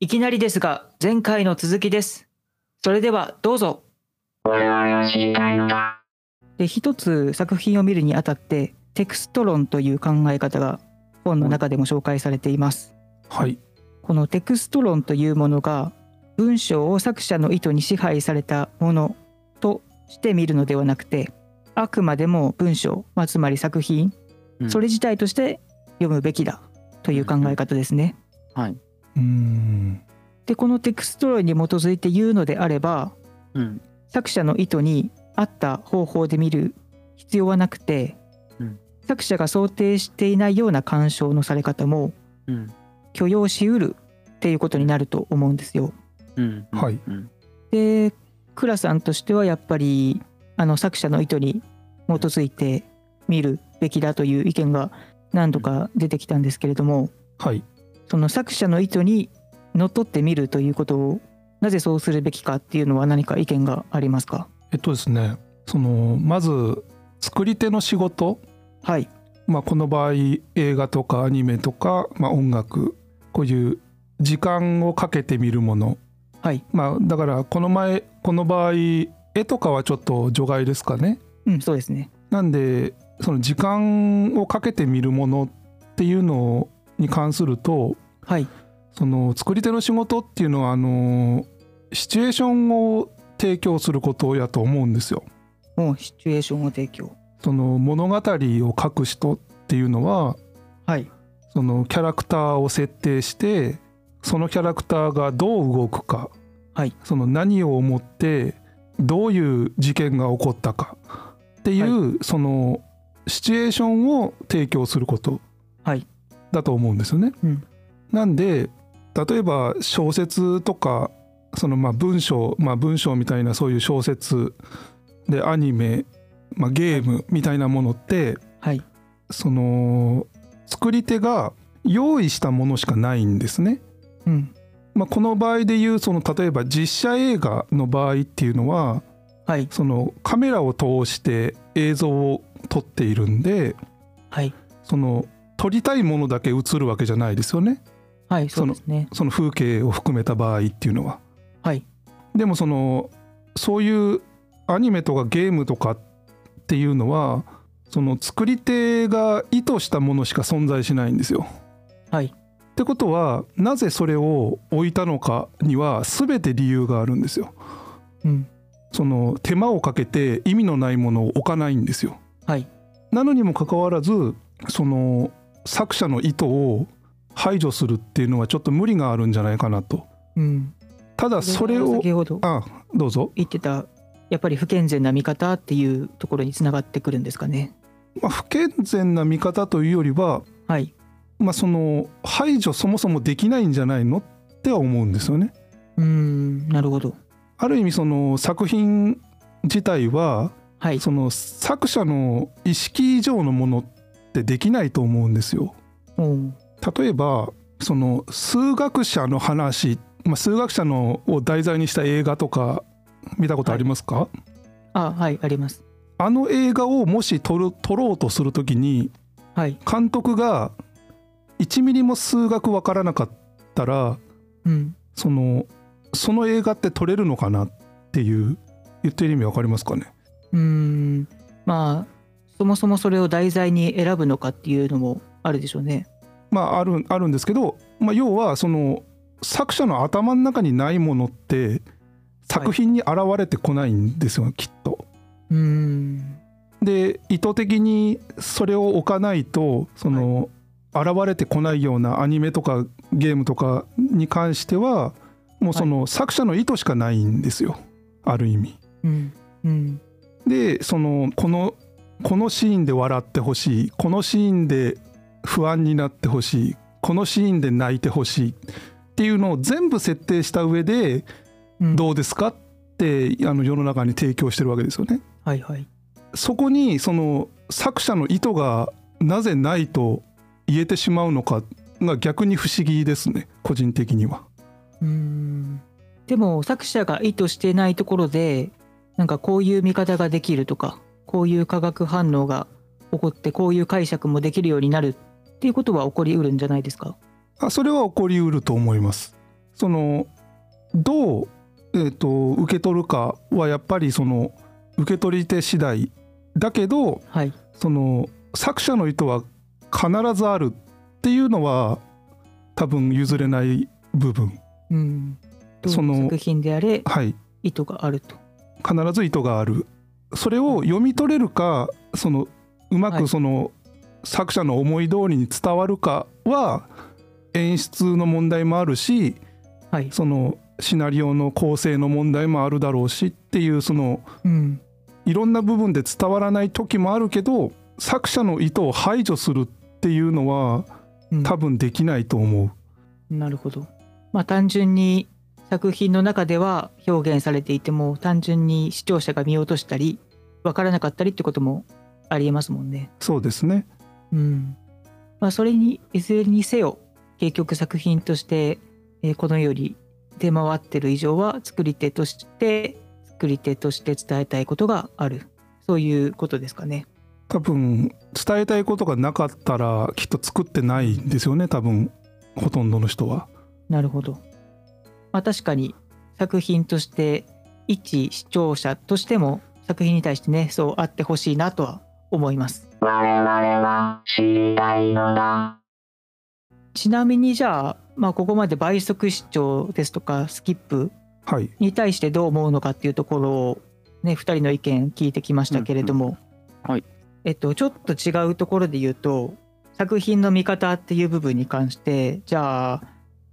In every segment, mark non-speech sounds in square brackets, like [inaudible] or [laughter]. いきなりですが、前回の続きです。それではどうぞ。で、一つ作品を見るにあたって、テクスト論という考え方が本の中でも紹介されています。はい。このテクスト論というものが文章を作者の意図に支配されたものとして見るのではなくてあくまでも文章、まあ、つまり作品、うんそれ自体として読むべきだという考え方ですね。はい。うーん。でこのテクスト論に基づいて言うのであればうん。作者の意図に合った方法で見る必要はなくて、うん作者が想定していないような鑑賞のされ方もうん。許容しうるっていうことになると思うんですよ。うん。はいうん。で倉さんとしてはやっぱりあの作者の意図に基づいて見るべきだという意見が何度か出てきたんですけれどもはい。その作者の意図にのっとって見るということをなぜそうするべきかっていうのは何か意見がありますかえっとですね、その、まず、作り手の仕事、はいまあ、この場合、映画とかアニメとか、まあ、音楽、こういう時間をかけて見るもの。はいまあ、だから、この前、この場合、絵とかはちょっと除外ですかね。うんそうですねなんで、その時間をかけて見るものっていうのに関すると、はいその作り手の仕事っていうのはあのシチュエーションを提供することやと思うんですよ。もうシチュエーションを提供その物語を書く人っていうのははいそのキャラクターを設定してそのキャラクターがどう動くか、はいその何を思ってどういう事件が起こったかっていう、そのシチュエーションを提供することはいだと思うんですよね。うんなんで例えば小説とかそのまあ文章、まあ、文章みたいなそういう小説でアニメ、まあ、ゲームみたいなものって、はいその作り手が用意したものしかないんですね。うんまあ、この場合でいうその例えば実写映画の場合っていうのははいそのカメラを通して映像を撮っているんではいその撮りたいものだけ映るわけじゃないですよねはいそうですねその風景を含めた場合っていうのは。はいでもそのそういうアニメとかゲームとかっていうのはその作り手が意図したものしか存在しないんですよ。はいってことはなぜそれを置いたのかには全て理由があるんですよ。うんその手間をかけて意味のないものを置かないんですよ。はいなのにもかかわらずその作者の意図を排除するっていうのはちょっと無理があるんじゃないかなと。うんただそれを先ほどあどうぞ。言ってたやっぱり不健全な見方っていうところにつながってくるんですかねまあ、不健全な見方というよりは、はいまあ、その排除そもそもできないんじゃないのっては思うんですよね。うーんなるほどある意味その作品自体ははいその作者の意識以上のものってできないと思うんですよ。うん例えばその数学者の話、まあ、数学者のを題材にした映画とか見たことありますか、あはいありますあの映画をもし撮る撮ろうとするときにはい監督が1ミリも数学わからなかったらうんそのその映画って撮れるのかなっていう言ってる意味わかりますかねうーんまあそもそもそれを題材に選ぶのかっていうのもあるでしょうねまああるあるんですけど、まあ、要はその作者の頭の中にないものって作品に現れてこないんですよ、きっと。うーんで意図的にそれを置かないとその、現れてこないようなアニメとかゲームとかに関してはもうその、作者の意図しかないんですよある意味。うんうんでそのこのこのシーンで笑ってほしいこのシーンで不安になってほしいこのシーンで泣いてほしいっていうのを全部設定した上でうんどうですかってあの世の中に提供してるわけですよね。はいはいそこにその作者の意図がなぜないと言えてしまうのかが逆に不思議ですね個人的には。うーんでも作者が意図してないところでなんかこういう見方ができるとかこういう化学反応が起こってこういう解釈もできるようになるっていうことは起こりうるんじゃないですかあそれは起こりうると思います。そのどう、えー、と受け取るかはやっぱりその受け取り手次第だけどはいその作者の意図は必ずあるっていうのは多分譲れない部分うん、どそのの作品であれはい意図があると。必ず意図があるそれを読み取れるかそのうまはくいその作者の思い通りに伝わるかは演出の問題もあるしはいそのシナリオの構成の問題もあるだろうしっていうそのうんいろんな部分で伝わらない時もあるけど作者の意図を排除するっていうのはうん、多分できないと思う。なるほど。まあ単純に作品の中では表現されていても単純に視聴者が見落としたり分からなかったりってこともありえますもんね。そうですね。うんまあ、それにいずれにせよ結局作品として、えーこの世に出回ってる以上は作り手として作り手として伝えたいことがあるそういうことですかね。多分伝えたいことがなかったらきっと作ってないんですよね多分ほとんどの人は。なるほど。まあ、確かに作品として一視聴者としても作品に対してねそうあってほしいなとは思います。ちなみにじゃあ、まあ、ここまで倍速視聴ですとかスキップはい、に対してどう思うのかっていうところを、ね、2人の意見聞いてきましたけれども、うんはいえっと、ちょっと違うところで言うと作品の見方っていう部分に関してじゃあ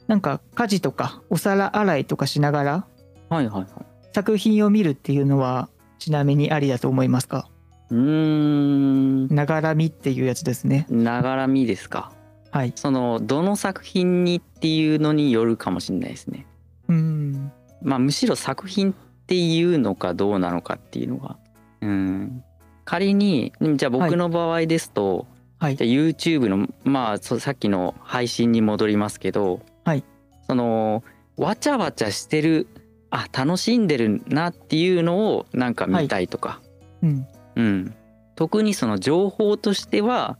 なんか家事とかお皿洗いとかしながらはいはいはい。作品を見るっていうのはちなみにありだと思いますかうーん。ながら見っていうやつですね。ながら見ですか。はい、そのどの作品にっていうのによるかもしれないですね。うんまあむしろ作品っていうのかどうなのかっていうのが。うん。仮にじゃあ僕の場合ですと、はいじゃあ YouTube のまあそうさっきの配信に戻りますけど、はいそのわちゃわちゃしてるあ楽しんでるなっていうのをなんか見たいとか、うんうん、特にその情報としては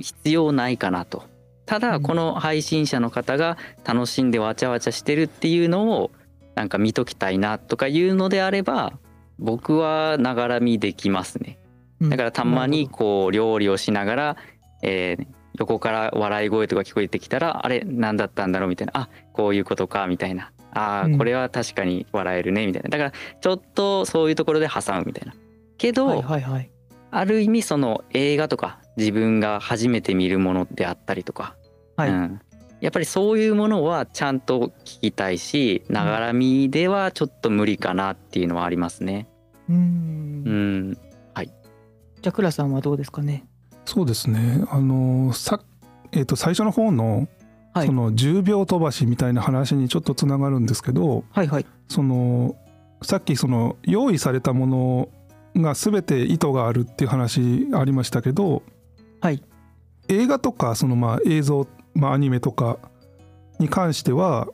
必要ないかなとたうだんこの配信者の方が楽しんでわちゃわちゃしてるっていうのをなんか見ときたいなとかいうのであれば僕はながら見できますね。うんだからたまにこう料理をしながら、えー横から笑い声とか聞こえてきたらあれ何だったんだろうみたいなあこういうことかみたいなあうーんこれは確かに笑えるねみたいなだからちょっとそういうところで挟むみたいな。けど、はいはいはいある意味その映画とか自分が初めて見るものであったりとか、はいうんやっぱりそういうものはちゃんと聞きたいしながら見ではちょっと無理かなっていうのはありますね。ううんん、じゃあ倉さんはどうですかねそうですねあのさ、えー、と最初の方の,、はいその10秒飛ばしみたいな話にちょっとつながるんですけどはいはいそのさっきその用意されたものが全て意図があるっていう話ありましたけど、はい映画とかそのまあ映像、まあ、アニメとかに関しては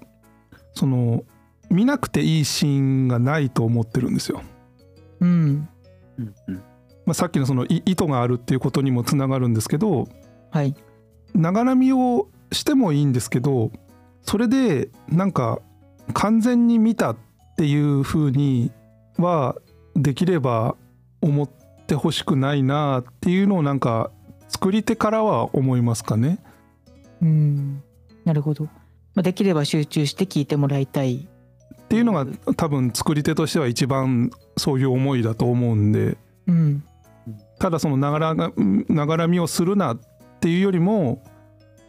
その見なくていいシーンがないと思ってるんですよ。うんうんうんまあ、さっきのそのい意図があるっていうことにもつながるんですけどはいながらみをしてもいいんですけどそれでなんか完全に見たっていう風にはできれば思ってほしくないなっていうのをなんか作り手からは思いますかね。うんなるほど、まあ、できれば集中して聞いてもらいたいっていうのが多分作り手としては一番そういう思いだと思うんでうんただそのながらがながらみをするなっていうよりも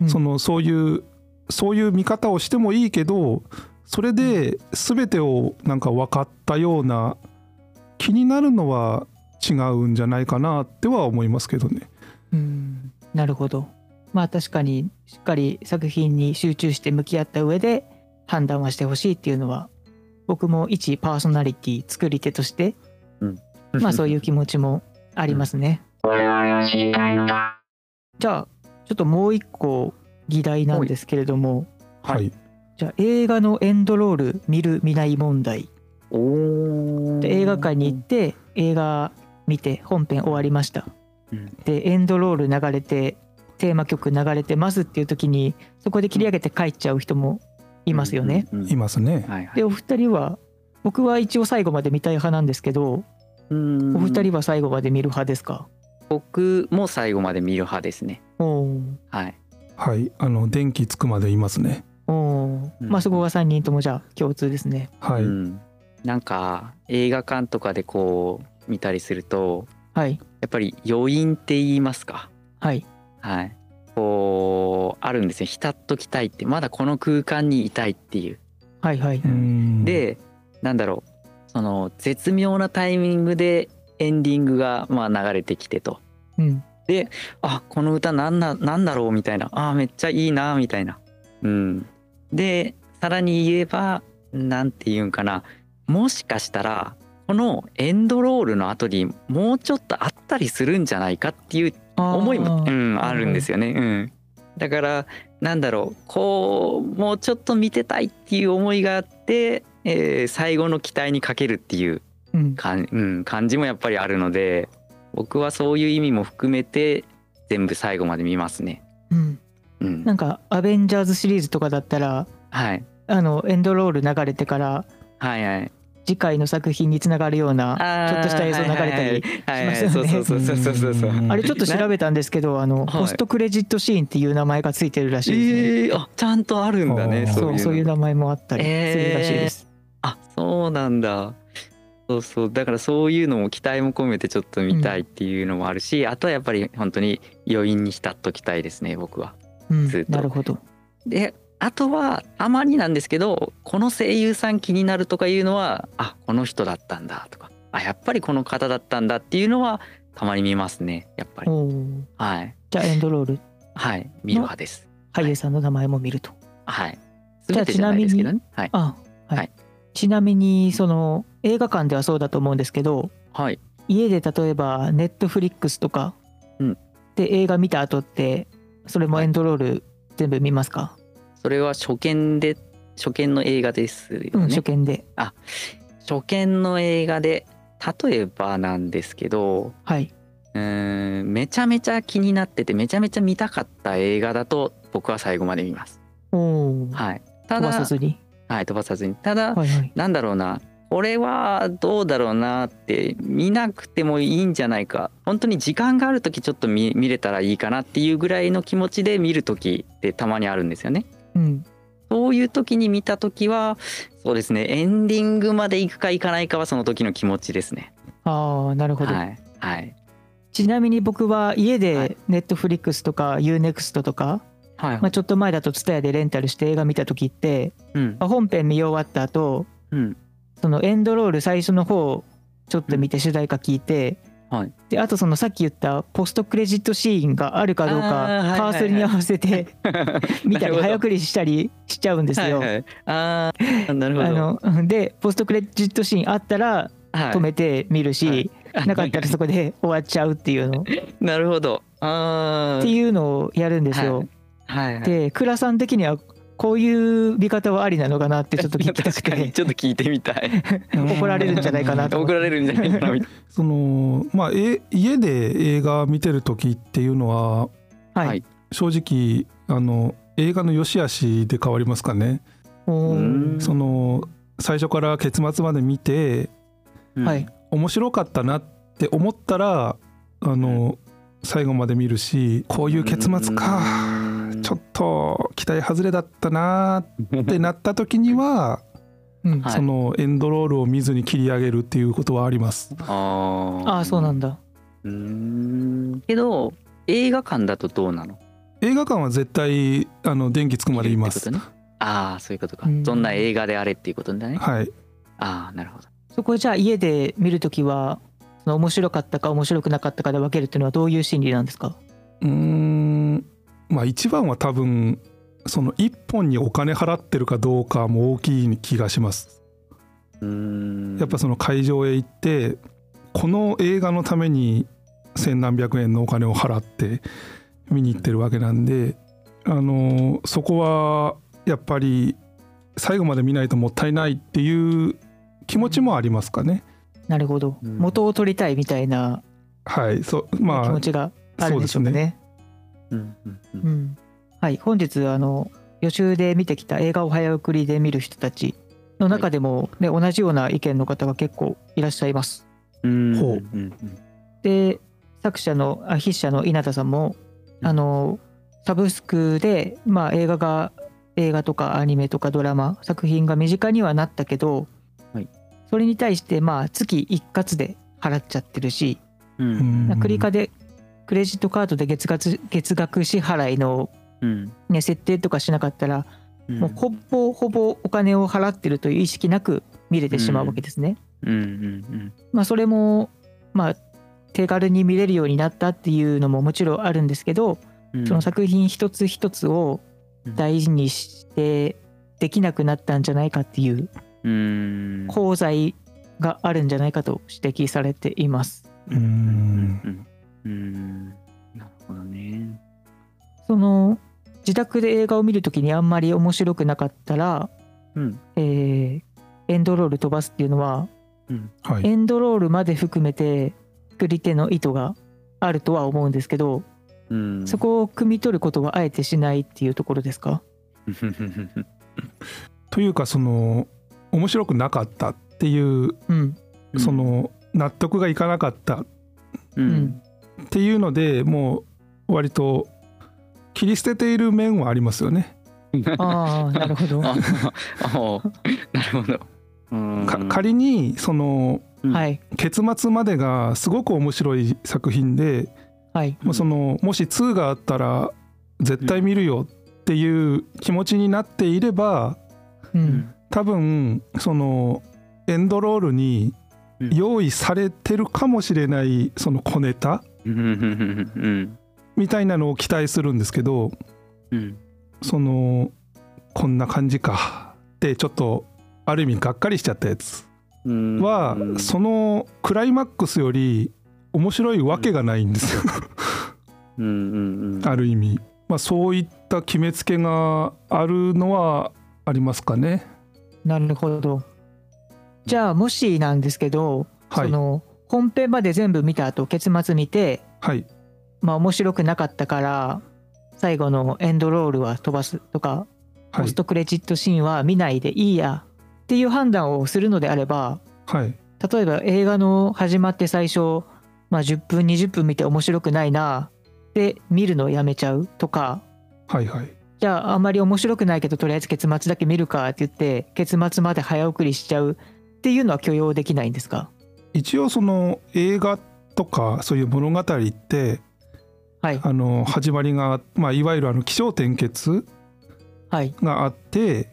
うんそのそういうそういう見方をしてもいいけどそれで全てをなんか分かったような気になるのは違うんじゃないかなっては思いますけどね。うんなるほどまあ確かにしっかり作品に集中して向き合った上で判断はしてほしいっていうのは僕も一パーソナリティ作り手としてまあそういう気持ちもありますね。じゃあちょっともう一個議題なんですけれどもはいい、じゃあ映画のエンドロール見る見ない問題おーで映画館に行って映画見て本編終わりました、うんでエンドロール流れてテーマ曲流れてますっていう時にそこで切り上げて帰っちゃう人もいますよね。。うんうんうんいますね。はいはいでお二人は僕は一応最後まで見たい派なんですけどおお二人は最後まで見る派ですか僕も最後まで見る派ですね。おーはい。はい、あの電気つくまでいますね。おーうんまあそこが3人ともじゃあ共通ですね。はい、うんなんか映画館とかでこう見たりするとはいやっぱり余韻って言いますか。はいはい。こうあるんですよ。浸っときたいってまだこの空間にいたいっていう。はいはい。うん、でなんだろうその絶妙なタイミングでエンディングがまあ流れてきてと。うんあこの歌なんななんだろうみたいなあめっちゃいいなみたいな。うん、でさらに言えばなんて言うんかなもしかしたらこのエンドロールの後にもうちょっとあったりするんじゃないかっていう思いも、あうーん、はいあるんですよね。うん、だからなんだろうこうもうちょっと見てたいっていう思いがあって、えー最後の期待にかけるっていううん感,、うん、感じもやっぱりあるので僕はそういう意味も含めて全部最後まで見ますね。うん、うんな、んか「アベンジャーズ」シリーズとかだったらはいあのエンドロール流れてからはいはい。次回の作品につながるようなあーちょっとした映像流れたりはいはいはいはいしますよねそうそうそうそうそうそう。うんあれちょっと調べたんですけどあの、はいポストクレジットシーンっていう名前がついてるらしえいですね。ー、あちゃんとあるんだねあーそそういううのそういう名前もあったりするらしいです。あそうなんだそうそうだからそういうのも期待も込めてちょっと見たいっていうのもあるし、あとはやっぱり本当に余韻に浸っときたいですね僕は。うんずっとなるほど。であとはたまになんですけどこの声優さん気になるとかいうのはあこの人だったんだとかあやっぱりこの方だったんだっていうのはたまに見ますねやっぱりおーはいじゃあエンドロールはい見る派です俳優さんの名前も見ると。はいじゃ全あてじゃないですけどねはいあはい、はいちなみにその映画館ではそうだと思うんですけどはい家で例えばネットフリックスとかうんで映画見た後ってそれもエンドロール全部見ますか、それは初見で初見の映画ですよね、うん、初見で初見の映画で例えばなんですけどはい、うーんめちゃめちゃ気になっててめちゃめちゃ見たかった映画だと僕は最後まで見ます。おおはい、た飛だばさずにはい、飛ばさずにただ、はいはいなんだろうなこれはどうだろうなって見なくてもいいんじゃないか本当に時間がある時ちょっと見見れたらいいかなっていうぐらいの気持ちで見る時ってたまにあるんですよね。うんそういう時に見た時はそうですねエンディングまで行くか行かないかはその時の気持ちですね。ああなるほど、はい、はいちなみに僕は家はでいネットフリックスとか UNEXT とか、はいまあ、ちょっと前だと TSUTAYA でレンタルして映画見た時って、うんまあ本編見終わった後うんそのエンドロール最初の方ちょっと見て主題歌聞いて、うんはいであとそのさっき言ったポストクレジットシーンがあるかどうかあーはいはいカはいーソルに合わせ [laughs] て見たなるりほど早送りしたりしちゃうんですよ。はいはい、ああなるほどあのでポストクレジットシーンあったらはい止めて見るし、はいなかったらそこで終わっちゃうっていうのっ [laughs] なるほどああていうのをやるんですよ。はいはいで倉さん的にはこういう見方はありなのかなってちょっと聞きたく確かにてちょっと聞いてみた [laughs] い怒られるんじゃないかなと思っ怒て。られるんじゃないか [laughs] なみたいそのまあえ家で映画見てる時っていうのははいはい正直あの映画の良し悪しで変わりますかね。おーうんその最初から結末まで見てなはい面白かったなって思ったらあの最後まで見るしこういう結末かちょっと期待外れだったなとってなった時にはうんはいそのエンドロールを見ずに切り上げるっていうことはあります。あああそうなんだだ。うんけど映画館だとどうなの映画館は絶対あの電気つくまでいまってす。ことねああそういうことかうんどんな映画であれっていうことだねはい、ああなるほどそこじゃあ家で見るときはその面白かったか面白くなかったかで分けるっていうのはどういう心理なんですかうーんまあ一番は多分その一本にお金払ってるかどうかも大きい気がします。うんやっぱその会場へ行ってこの映画のために千何百円のお金を払って見に行ってるわけなんで、あのそこはやっぱり最後まで見ないともったいないっていう気持ちもありますかね。なるほど、うん元を取りたいみたいなはい、そう気まあ持ちがあるんでしょうかね。うんうんうんうんはい本日あの予習で見てきた映画を早送りで見る人たちの中でも、ね同じような意見の方が結構いらっしゃいます。うんほうんんで作者のあ筆者の稲田さんもうんあのサブスクで、まあ、映画が映画とかアニメとかドラマ作品が身近にはなったけど、はいそれに対してまあ月一括で払っちゃってるし、うんううんんクリカでクレジットカードで月額月額支払いの、うんね、設定とかしなかったら、うんもうほぼほぼお金を払ってるという意識なく見れてしまうわけですね。うんうんまあ、それも、まあ、手軽に見れるようになったっていうのももちろんあるんですけど、うんその作品一つ一つを大事にしてできなくなったんじゃないかっていううん功罪があるんじゃないかと指摘されています。ううんんうんうんなるほどねその自宅で映画を見るときにあんまり面白くなかったら、うんえーエンドロール飛ばすっていうのははいエンドロールまで含めて作り手の意図があるとは思うんですけど、うんそこを汲み取ることはあえてしないっていうところですかというかその面白くなかったっていううんその納得がいかなかったっうんていうのでもう割と切り捨てている面はありますよね。 [laughs] ああなるほどはああおなるほどうんか仮にそのうんい結末までがすごく面白い作品で、はいもうそのもし2があったら絶対見るよっていう気持ちになっていればううんん多分そのエンドロールにうん用意されてるかもしれないその小ネタうんうんみたいなのを期待するんですけどうんそのこんな感じかってちょっとある意味がっかりしちゃったやつうんは、うんそのクライマックスより面白いわけがないんです [laughs] よ、うんうんうんある意味、まあ、そういった決めつけがあるのはありますかねなるほどじゃあもしなんですけど、はそいの本編まで全部見た後結末見てはいまあ面白くなかったから最後のエンドロールは飛ばすとか、はポスいトクレジットシーンは見ないでいいやっていう判断をするのであればはい例えば映画の始まって最初、まあ、10分20分見て面白くないなで見るのをやめちゃうとかはいはいじゃああんまり面白くないけどとりあえず結末だけ見るかって言って結末まで早送りしちゃうっていうのは許容できないんですか一応その映画とかそういう物語ってはいあの始まりが、まあ、いわゆるあの起承転結はいがあって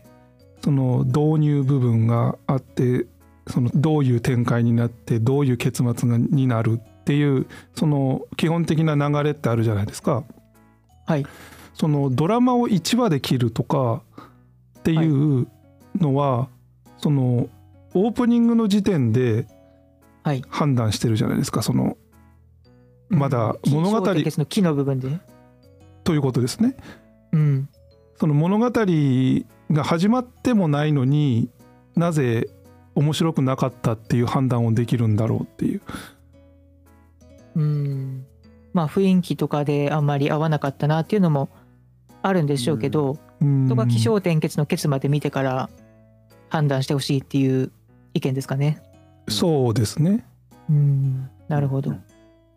その導入部分があってそのどういう展開になってどういう結末がになるっていうその基本的な流れってあるじゃないですか。はいそのドラマを1話で切るとかっていうのは、そのオープニングの時点ではい判断してるじゃないですかそのまだ物語小点結の木の部分でということですね。うんその物語が始まってもないのになぜ面白くなかったっていう判断をできるんだろうっていううんまあ雰囲気とかであんまり合わなかったなっていうのもあるんでしょうけど、うんとか起承転結の結まで見てから判断してほしいっていう意見ですかねそうですねうんなるほど、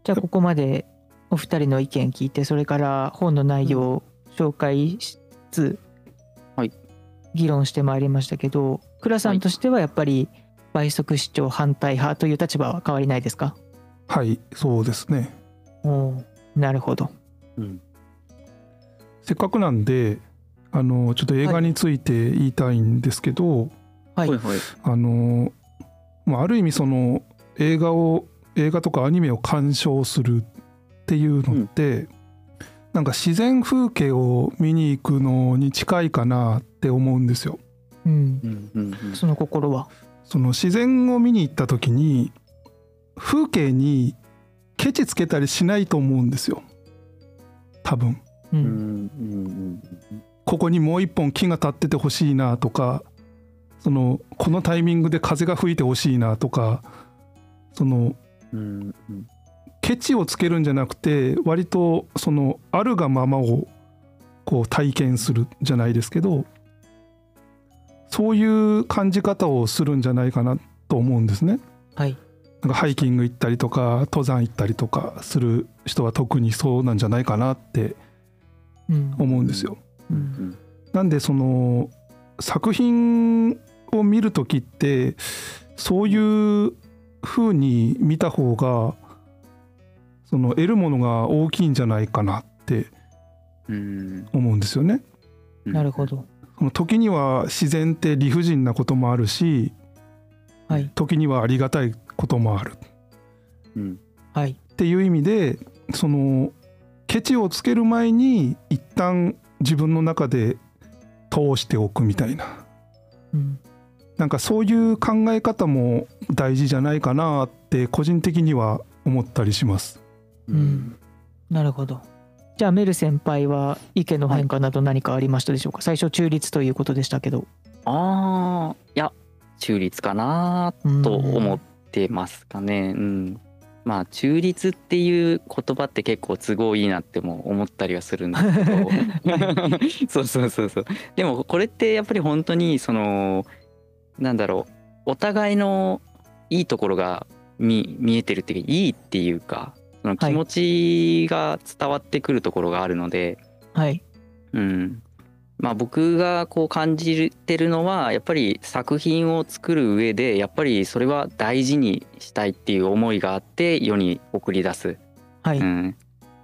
じゃあここまでお二人の意見聞いてそれから本の内容を紹介しつつ、はい議論してまいりましたけど倉さんとしてはやっぱり倍速視聴反対派という立場は変わりないですかはいそうですねおーなるほどうんせっかくなんであのちょっと映画について言いたいんですけど、はいはいはいあのまあある意味その映画を映画とかアニメを鑑賞するっていうのって、なんか自然風景を見に行くのに近いかなって思うんですよ。うんうんうんうんその心はその自然を見に行った時に風景にケチつけたりしないと思うんですよ多分ううんんうんここにもう一本木が立っててほしいなとかそのこのタイミングで風が吹いてほしいなとかそのうんうんケチをつけるんじゃなくて割とそのあるがままをこう体験するじゃないですけどそういう感じ方をするんじゃないかなと思うんですね。はいなんかハイキング行ったりとか登山行ったりとかする人は特にそうなんじゃないかなってうん思うんですよ。うんなんでその作品を見る時ってそういう風に見た方がその得るものが大きいんじゃないかなってうん思うんですよね。なるほどその時には自然って理不尽なこともあるしはい時にはありがたいこともあるっうんはいていう意味でそのケチをつける前に一旦自分の中で通しておくみたいな。うんなんかそういう考え方も大事じゃないかなって個人的には思ったりします。うんなるほどじゃあメル先輩は意見の変化など何かありましたでしょうか、最初中立ということでしたけど、ああいや中立かなうんと思ってますかね。うんまあ中立っていう言葉って結構都合いいなっても思ったりはするんですけどそうそうそうそうでもこれってやっぱり本当にそのなんだろうお互いのいいところが見見えてるっていうかいいっていうかその気持ちが伝わってくるところがあるので、はいうん、まあ僕がこう感じてるのはやっぱり作品を作る上でやっぱりそれは大事にしたいっていう思いがあって世に送り出す、はい、うん、やっ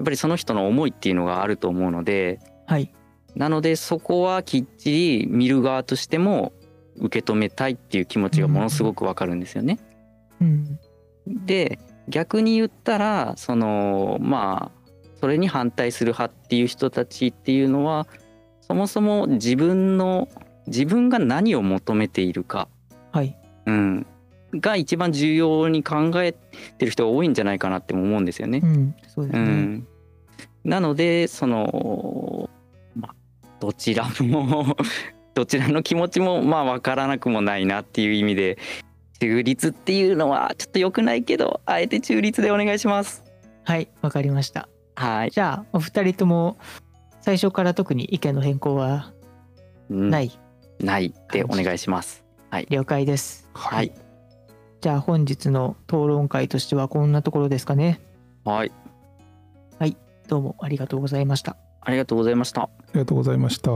ぱりその人の思いっていうのがあると思うのではいなのでそこはきっちり見る側としても受け止めたいっていう気持ちがものすごくわかるんですよね。うんで逆に言ったらそのまあそれに反対する派っていう人たちっていうのはそもそも自分の自分が何を求めているか、はいうん、が一番重要に考えてる人が多いんじゃないかなっても思うんですよねう。んそうですうね、ん、なのでその、まあ、どちらも [laughs] どちらの気持ちもまあ分からなくもないなっていう意味で中立っていうのはちょっと良くないけどあえて中立でお願いします。はいわかりましたはい、じゃあお二人とも最初から特に意見の変更はうんない、ないでお願いします。了解ですはい、じゃあ本日の討論会としてはこんなところですかねはい、どうもありがとうございましたありがとうございました。ありがとうございました。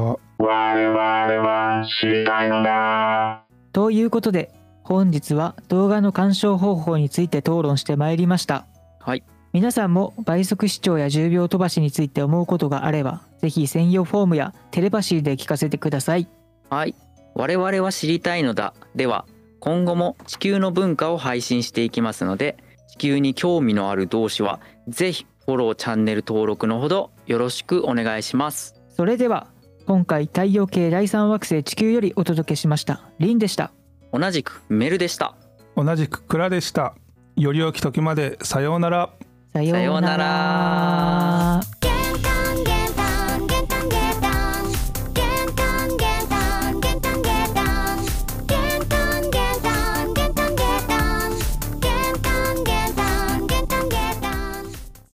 ということで本日は動画の鑑賞方法について討論してまいりましたはい皆さんも倍速視聴や10秒飛ばしについて思うことがあればぜひ専用フォームやテレパシーで聞かせてくださいはい。我々は知りたいのだ。では、今後も地球の文化を配信していきますので、地球に興味のある同士は、ぜひフォロー、チャンネル登録のほどよろしくお願いします。それでは今回太陽系第三惑星地球よりお届けしましたリンでした同じくメルでした。同じく蔵でした。より良き時までさようなら。さようなさようなら。